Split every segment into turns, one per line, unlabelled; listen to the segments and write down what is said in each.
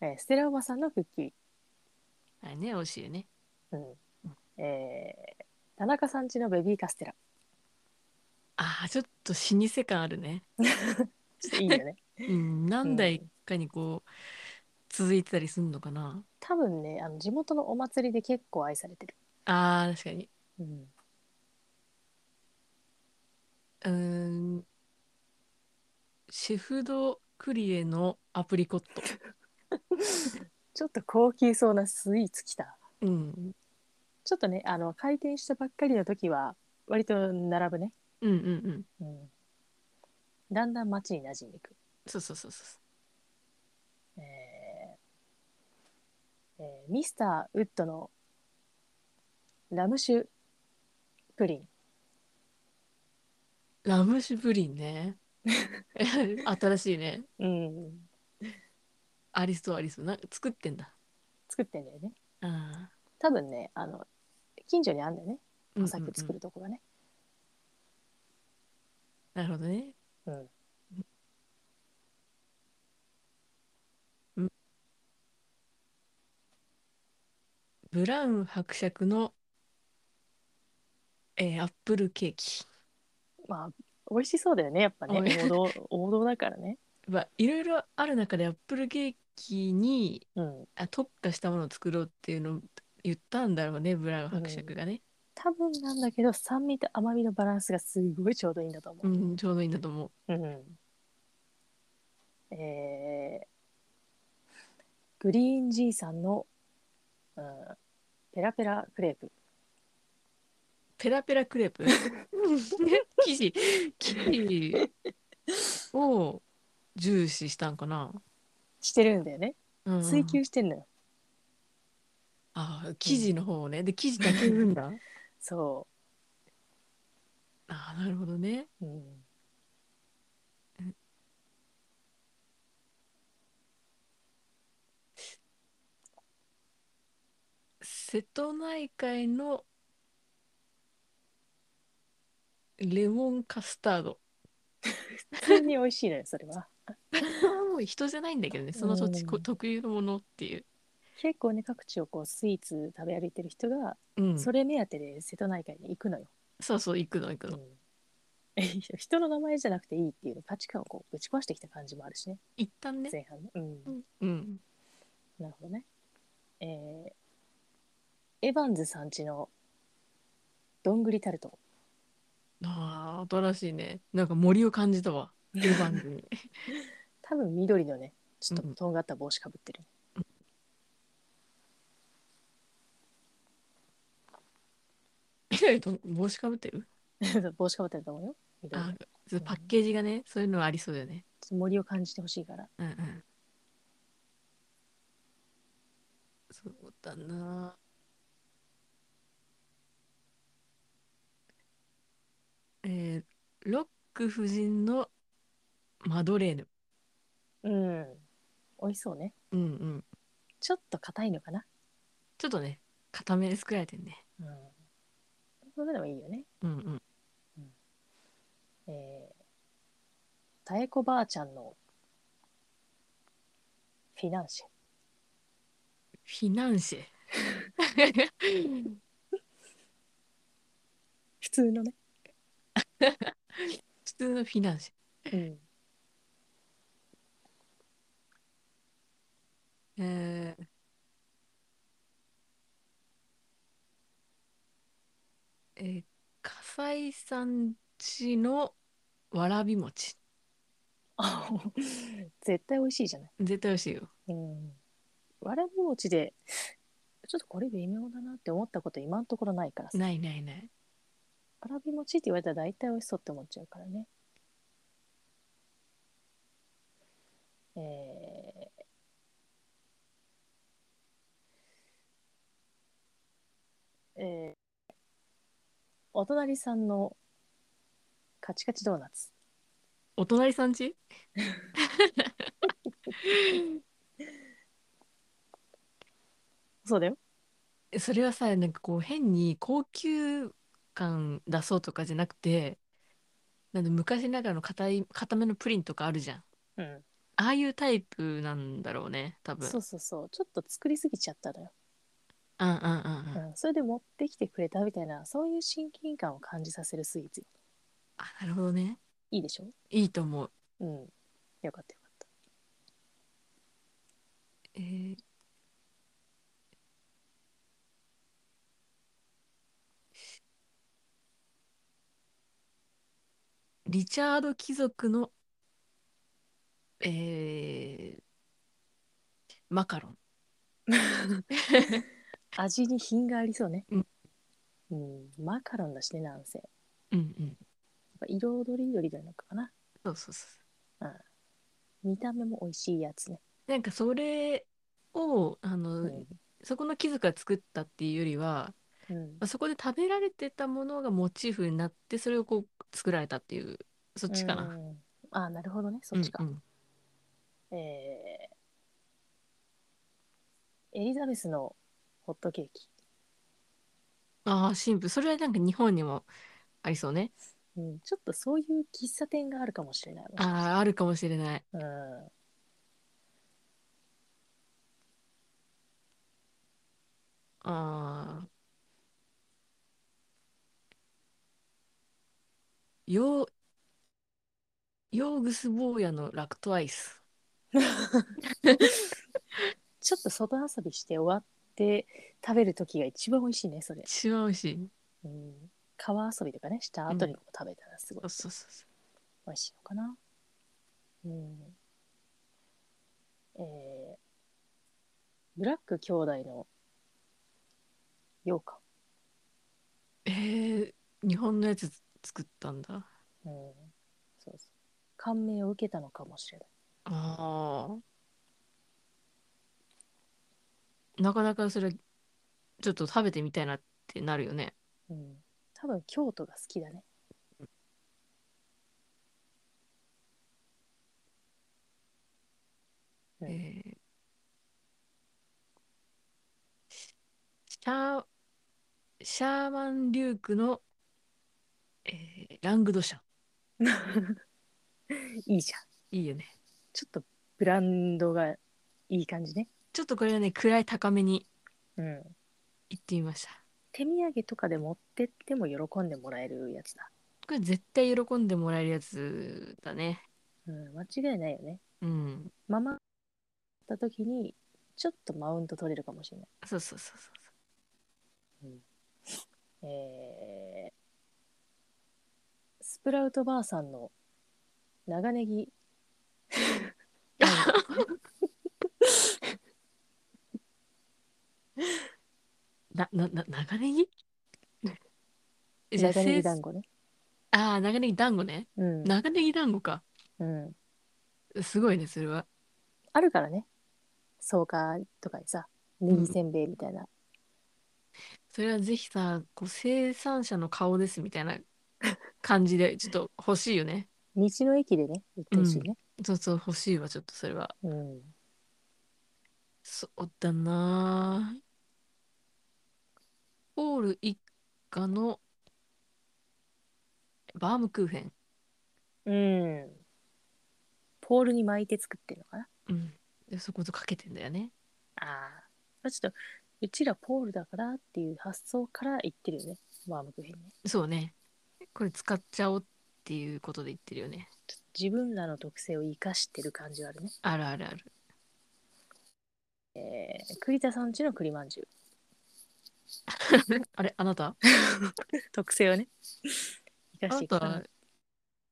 えーステラおばさんの復帰、
あれね、美味しいよね。
うんえー田中さんちのベビーカステラ
ああ、ちょっと老舗感あるね。
ちょっといいよ ね
うん、何代かにこう、続いてたりすんのかな。
多分ねあの地元のお祭りで結構愛されてる、
ああ、確かに。
うん、
うーん。シェフドクリエのアプリコット。
ちょっと高級そうなスイーツきた
うん。
ちょっとねあの開店したばっかりの時は割と並ぶね、
うんうんうん。
うん、だんだん街に馴染んでいく
そうそうそうそ
え
う。
ーえーミスターウッドのラム酒プリン
ラム酒プリンね。新しいね。
うん、
アリスとアリス。な作ってんだ。
作ってんだよね
あ
多分ねあの近所にあんだよね
あ。
お酒作
る。
るとこがね、
なるほどね。
うん
ブラウン伯爵の、えーアップルケーキ。
まあ美味しそうだよねやっぱね
美味
王道王道だからね
まあ、いろいろある中でアップルケーキに
うん
あ特化したものを作ろうっていうのを言ったんだろうねブラウン伯爵がね、
多分なんだけど酸味と甘みのバランスがすごいちょうどいいんだと思
う
う、
んちょうどいいんだと思う
うんえーグリーンじいさんの、うん、ペラペラクレープ
ペラペラクレープ 生地生地を重視したんかな、
してるんだよね
うん
追求してんのよ、
あー生地の方をねで生地だけ売るんだ
そ
あーなるほどね
う、うん、
瀬戸内海のレモンカスタード
普通に美味しいのよそれは
もう人じゃないんだけどねその土地こ
うん
特有のものっていう、
結構ね各地をこうスイーツ食べ歩いてる人が
うん、
それ目当てで瀬戸内海に行くのよ、
そうそう行くの行く
う
の、
ん 人の名前じゃなくていいっていう価値観をこうぶち壊してきた感じもあるしね
一旦ね
前半ね、うん
うん
なるほどね。えーエヴァンズさんちのどんぐりタルト。
あー新しいねなんか森を感じたわエヴァン ズに
多分緑のね、ちょっ
うんう
と
ん
とんがった帽子かぶってる。
緑と帽子かぶってる
帽子かぶってると思うよ。緑の
あそうパッケージがねそういうのありそうだよね
ちょっと森を感じてほしいから。
うんうんそうだなえー、ロック夫人のマドレーヌ
うん。美味しそうね。
うんうん
ちょっと硬いのかな。
ちょっとね固めで作られてんね
うん。そういうのもいいよね。
うんうん
えー、妙子ばあちゃんのフィナンシェ。
フィナンシェ
普通のね。
普通のフィナンシェ
うん。
えーえー、笠井さんちのわらび餅
あ絶対美味しいじゃない。
絶対美味しいよ
うんわらび餅でちょっとこれ微妙だなって思ったこと今のところないからさわ
ないないない
らび餅って言われたら大体美味しそうって思っちゃうからねえーえーお隣さんのカチカチドーナツ
お隣さんち
そうだよ
えそれはさなんかこう変に高級感出そうとかじゃなくてなんで昔ながらの硬い硬めのプリンとかあるじゃん
うん
ああいうタイプなんだろうね、多分。
そうそうそうちょっと作りすぎちゃったのよ、
うんうんうん
う
うん。
んそれで持ってきてくれたみたいなそういう親近感を感じさせるスイーツ
あ、なるほどね。
いいでしょ
いいと思う。
うんよかったよかった
えーリチャード貴族の、えーマカロン。
味に品がありそうね
うん、
うんマカロンだしねなんせやっ
うんうん。
ぱ色とりどりなのかな
そうそうそう。
見た目も美味しいやつね、
なんかそれをあの、
うん
そこの貴族が作ったっていうよりは、
うん
まあ、そこで食べられてたものがモチーフになってそれをこう作られたっていうそっちかな。
うんあなるほどねそっちか、
うんうん
えーエリザベスのホットケーキ、
ああ神父それはなんか日本にもありそうね。
うん、ちょっとそういう喫茶店があるかもしれないもしかし
あああるかもしれない。
たらうん
ああヨーヨーグス坊やのラクトアイス。
ちょっと外遊びして終わって食べる時が一番美味しいねそれ、
一番美味しい。
うん、川遊びとかねした後にこう食べたらすごい
そうそうそうそう。
美味しいのかなうんえーブラック兄弟の羊羹
えー、日本のやつ作ったんだ。
うんそうそう感銘を受けたのかもしれない
ああ。なかなかそれ、ちょっと食べてみたいなってなるよね。
うん、多分京都が好きだね。うん
えー、シャー、シャーマンリュークの、えー、ラングドシャ。
いいじゃん。
いいよね。
ちょっとブランドがいい感じね。
ちょっとこれはね、位高めに
うん。
行ってみました。
手土産とかで持ってっても喜んでもらえるやつだ。
これ絶対喜んでもらえるやつだね。
うん、間違いないよね。
うん。
ママった時にちょっとマウント取れるかもしれない。
そうそうそうそう。
えー、スプラウトばあさんの長ネギ。
な、な、な、長 ネギじゃあ
長ネギ団
せ
子ね。
いああ、長ネギ団子ね。
うん。
長ネギ団子か。
うん。
すごいね、それは。
あるからね草加とかにさネギせんべいみたいな、
それはぜひさ、こう生産者の顔ですみたい な感じで、ちょっと欲しいよね。
道の駅でね売ってほしいね
そうそう、欲しいわ、ちょっとそれは。
うん、
そうだなぁポール一家のバームクーヘン。
うんポールに巻いて作ってるのかな
うん。で、そことかけてんだよね。
ああちょっとうちらポールだからっていう発想から言ってるよねバームクーヘンね
そうね。これ使っちゃおうっていうことで言ってるよね。
ちょっと自分らの特性を生かしてる感じはあるね、
あるあるある。
えー、栗田さんちの栗まんじゅう
あれ、あなた
特性をね生
あ
かし
な
ていくかな
た、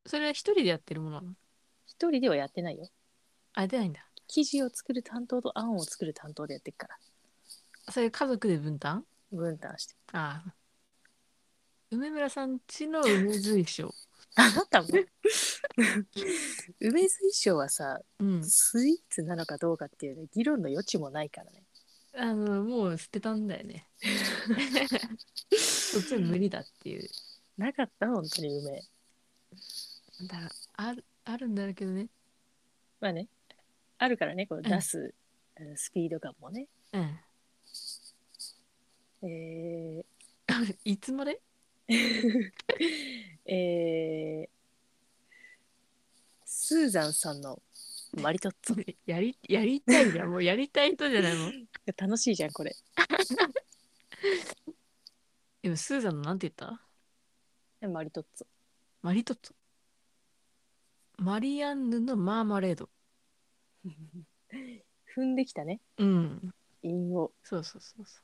それは一人でやってるものなの
一人ではやってないよ
あ、やってないんだ。
生地を作る担当とあんを作る担当でやってるから
それ家族で分担
分担して
ああ。梅村さんちの梅随所。
あなたも 梅水晶はさ
うん。
スイーツなのかどうかっていうね議論の余地もないからね
あの、もう捨てたんだよ ね。そっちは無理だっていう。
なかった本当に梅
だからある、あるんだろうけどね。
まあねあるからねこの出す、あのスピード感もね
うん。
え
いつまで
ー、えー、スーザンさんのマリトッツォ
やり、やりたいじゃん。もうやりたい人じゃない もん。
楽しいじゃんこれ
今、スーザンのなんて言った
マリトッツ
マリトッツォ。マリアンヌのマーマレード。
ォ踏んできたね
うん。
韻を
そうそうそうそう。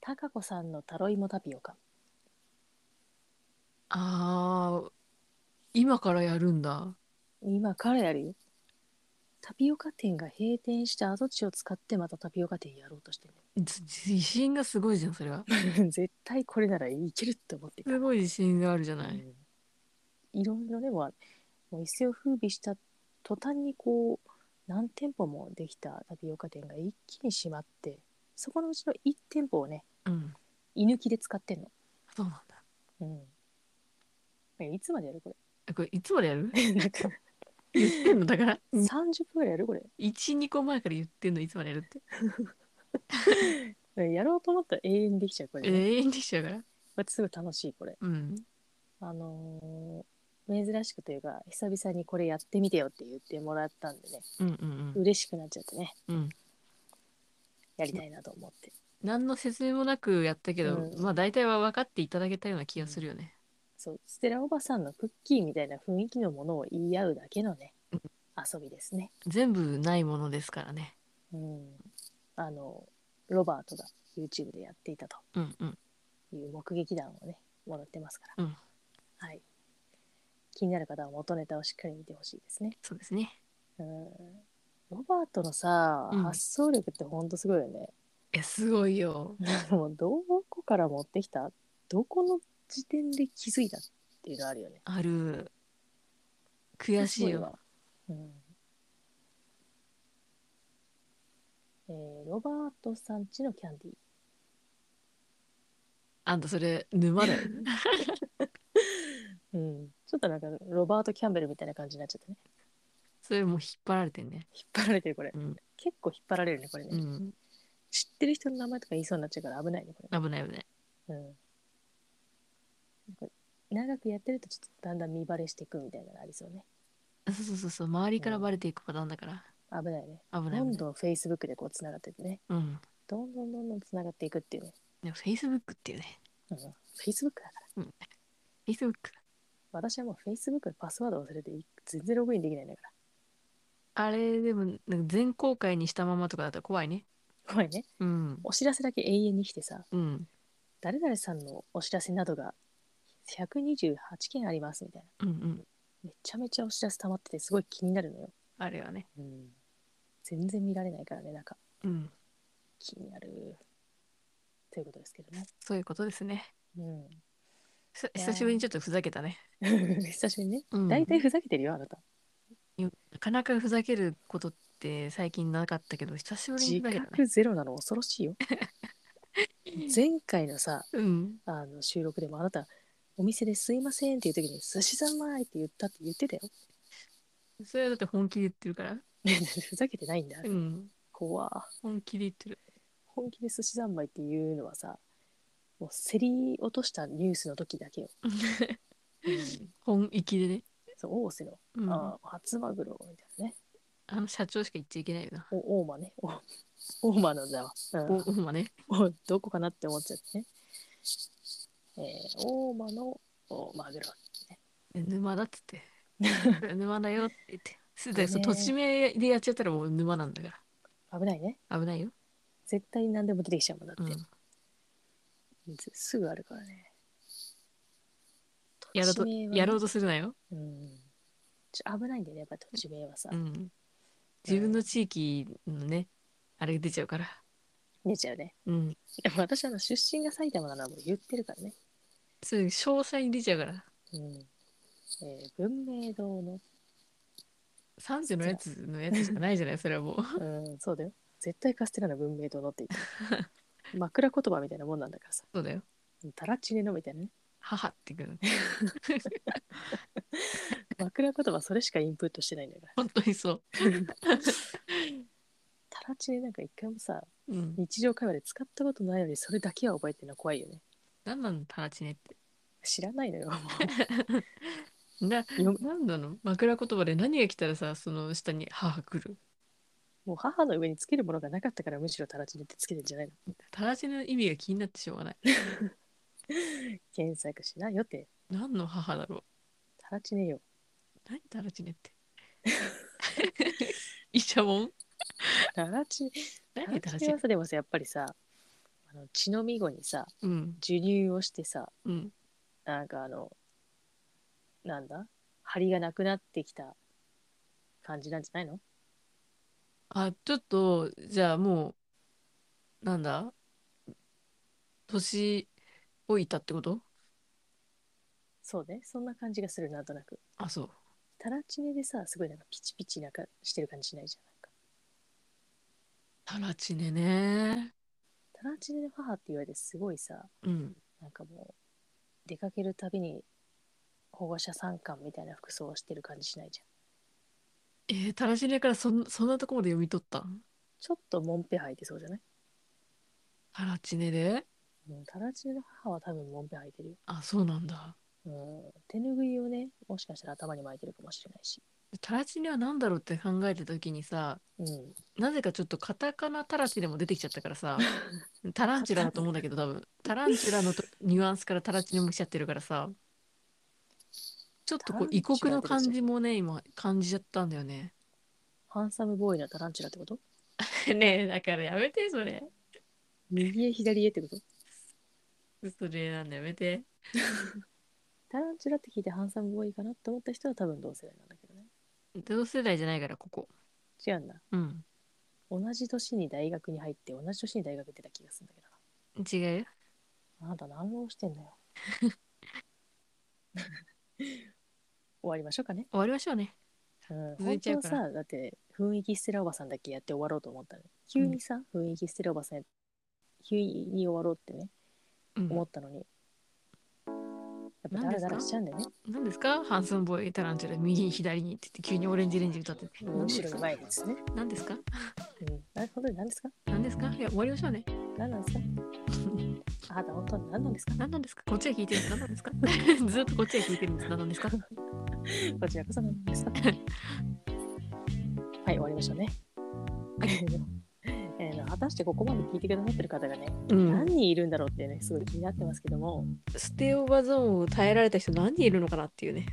タカ子さんのタロイモタピオカ
ああ、今からやるんだ。
今からやるよタピオカ店が閉店した跡地を使ってまたタピオカ店やろうとしてる
ず自信がすごいじゃん、それは。
絶対これならいけるって思ってた
すごい自信があるじゃな
う
い。
んいろいろでももう一世を風靡した途端にこう何店舗もできたタピオカ店が一気に閉まってそこのうちの1店舗をね
うん。
居抜きで使ってんの、
そうなんだ。
うん、いつまでやるこ
えこれ、いつまでやる
れ なんか
言ってんのだから、
30分ぐらいやるこれ
1、2個前から言ってんの、いつまでやるって。
やろうと思ったら永遠にできちゃうこれね、
永遠にしちゃうから。
これすぐ楽しいこれ
うん。
あのー珍しくというか久々にこれやってみてよって言ってもらったんでね
うんうん
嬉しくなっちゃってね
うん。うん。
やりたいなと思って
何の説明もなくやったけど、
うん
まあ大体は分かっていただけたような気がするよね。
そうステラおばさんのクッキーみたいな雰囲気のものを言い合うだけのね
うん
遊びですね。
全部ないものですからね。
うん、あのロバートが YouTube でやっていたと
うんうん。
いう目撃談をねもらってますから、
うん
はい、気になる方は元ネタをしっかり見てほしいですね。
そうですね。
うんロバートのさ、
うん
発想力ってほんとすごいよね。
いや、すごいよ。
もうどこから持ってきたどこの時点で気づいたっていうのあるよね。
ある。悔しい
すご
よ。
わうんえーロバートさんちのキャンディー
あんたそれ、沼だよ。
うん、ちょっとなんかロバート・キャンベルみたいな感じになっちゃってね
それもう引っ張られてんね。
引っ張られてるこれ
うん。
結構引っ張られるねこれね、
うん。
知ってる人の名前とか言いそうになっちゃうから危ないねこ
危ない危ない。
れ、うん、なんか長くやってるとちょっとだんだん見バレしていくみたいなのありそうね
そうそうそうそう。周りからバレていくパターンだから。
危ないね
危
どん
ない危ない。
どんフェイスブックでこうつながっててね
うん。
どんどんどんどんつながっていくっていうね、
でも Facebook っていうね。
うん、フェイスブックだから
Facebook。
私はもうフェイスブックのパスワード忘れて全然ログインできないんだから
あれでも、なんか全公開にしたままとかだったら怖いね。
怖いね
うん。
お知らせだけ永遠に来てさ
うん。
誰々さんのお知らせなどが128件ありますみたいな
うんうん。
めちゃめちゃお知らせ溜まっててすごい気になるのよ、
あれはね。
全然見られないからねなんか
うん。
気になるということですけどね、
そういうことですね。
う
ひ
いやー
久しぶりにちょっとふざけたね。
ん、久しぶりにね
うん
大体ふざけてるよあなた
なかなかふざけることって最近なかったけど久しぶりに
自
ふざけたね。
覚ゼロなの恐ろしい よ前回のさ
うん、
あの収録でもあなたお店で「すいません」っていう時に「寿司三昧」って言ったって言ってたよ
それはだって本気で言ってるから、
ふざけてないんだ
うん、
怖
本気で言ってる
本気で寿司三昧っていうのはさもう競り落としたニュースの時だけよ、うん
本気でね、
そう大瀬の、
うん、
あ
あ
ー初マグロみたいなね
の社長しか言っちゃいけないよな、
お大間ねお大間のだわ、うん
おほんまね
おどこかなって思っちゃってね、えー大間のおマグロ
沼だっつって 沼だよって言ってすだからその土地名でやっちゃったらもう沼なんだか
危ないね
ら危ないよ、
絶対に何でも出てきちゃうもんだって
う、ん、
ずすぐあるからね
やろう
土
と
地名はね
やろうとするなよ、
うんちょ危ないんだよねやっぱ土地名はさ、
うん、自分の地域のねあれが出ちゃうから
出ちゃうね
うん
でも私あの出身が埼玉なのはもう言ってるからね
それ詳細に出ちゃうから
うんえー文明堂の、
三世のやつのやつしかないじ ゃないそれはもう
うん、そうだよ絶対カステラの文明堂のって言 ってる枕言葉みたいなもんなんだからさ
そうだよ
タラチネのみたいなね
母ってくる
枕言葉それしかインプットしてないんだから
本当にそ
タラチネなんか一回もさ
う、うん、
日常会話で使ったことないのにそれだけは覚えてるの怖いよね
何なんタラチネって
知らないのよもう
な、
よ
なんなの枕言葉で何が来たらさ、その下に母来る。
もう母の上につけるものがなかったからむしろたらちねってつけてんじゃないの
たらしの意味が気になってしょうがない。
検索しなよって
何の母だろう。
たらちねよ
何たらちねって。 医者もん
たらち
何たらちね
忘れますやっぱりさあの血のみごにさ
うん、
授乳をしてさ
うん。
なんかあのなんだ張りがなくなってきた感じなんじゃないの
あ、ちょっと、じゃあもう、なんだ年老いたってこと
そうねそんな感じがするなんとなく
あ、そう。
タラチネでさすごいなんかピチピチなんかしてる感じしないじゃんなんか
たらちねね。
タラチネの母って言われてすごいさ
うん。
なんかもう出かけるたびに保護者参観みたいな服装をしてる感じしないじゃん
えー、たらしねからそん、そんなとこまで読み取ったん
ちょっともんぺ履いてそうじゃない
たらちねで
うんタラチネの母は多分もんぺ履いてるよ、
あ、そうなんだ。
うん、手ぬぐいをねもしかしたら頭に巻いてるかもしれないし、
たらちねは何だろうって考えた時にさ、
うん、
なぜかちょっとカタカナタラチでも出てきちゃったから さ、タランチュラだと思うんだけど多分、タランチュラのとニュアンスからタラチネも来ちゃってるからさ、ちょっとこう異国の感じもね、今感じちゃったんだよね。
ハンサムボーイのタランチュラってこと
ねえ、だからやめて、それ。
右へ左へってこと
それなんだ、やめて。
タランチュラって聞いてハンサムボーイかなと思った人は多分同世代なんだけどね
同世代じゃないから、ここ。
違うんだ
うん。
同じ年に大学に入って同じ年に大学出た気がするんだけど
違うよ。
なあなた何浪してんだよ終わりましょうかね、
終わりましょうね。
うん、
続い
本
ちゃ
当は
うから
さだって雰囲気捨てるおばさんだけやって終わろうと思ったのに急にさ、雰囲気捨てるおばさんや急に終わろうってね
うん
思ったのに、やっぱ
何
ダラ
ですか
ダラしちゃうんだよね
何ですかハンソンボーイタランチュラ右左にって言って急にオレンジレンジ歌って何
後ろ
です
に
か
前にですね、
何ですか
うん、な本当に何ですか
何ですかいや終わりましょうね
何なん ですかあなた本当に何なんですか
何なんですかこっちは聞いてるん です何なんですかずっとこっちは聞いてるんです何なんですか
こちらこそなんですかはい終わりましたね えーの果たしてここまで聞いてくださってる方がね、
うん
何人いるんだろうってねすごい気になってますけども
ステオバゾーンを耐えられた人何人いるのかなっていうね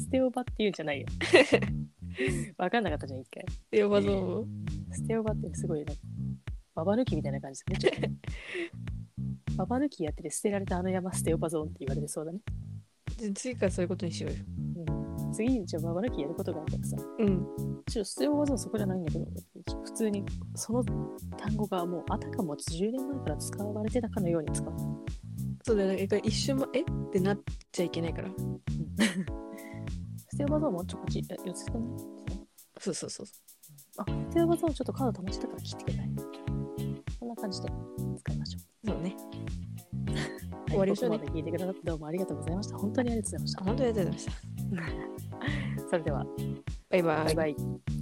ステオバっていうんじゃないよ わかんなかったじゃん一回
ステオバゾーンを
ステオバってすごいなんかババ抜きみたいな感じですね ちょっとババ抜きやってて捨てられたあの山ステオバゾーンって言われてそうだね、
次からそういうことにしようよ
うん、次じゃあババ抜きやることがあったらさ
うん
ちょっと必要技はそこじゃないんだけど、普通にその単語がもうあたかも10年前から使われてたかのように使う。
そうだよね一瞬もえってなっちゃいけないから
必要技はもうちょこち、え四つくんない
そうそうそう
あ、必要技をちょっとカード保ちたから切ってくれない。こんな感じで使いましょう。
そうね
はい
終わりましょうね
ここまで聞いてくださってどうもありがとうございました。本当にありがとうございました。
本当にありがとうございました
それでは、
バイバ
バ
イ
イバイ。
バイ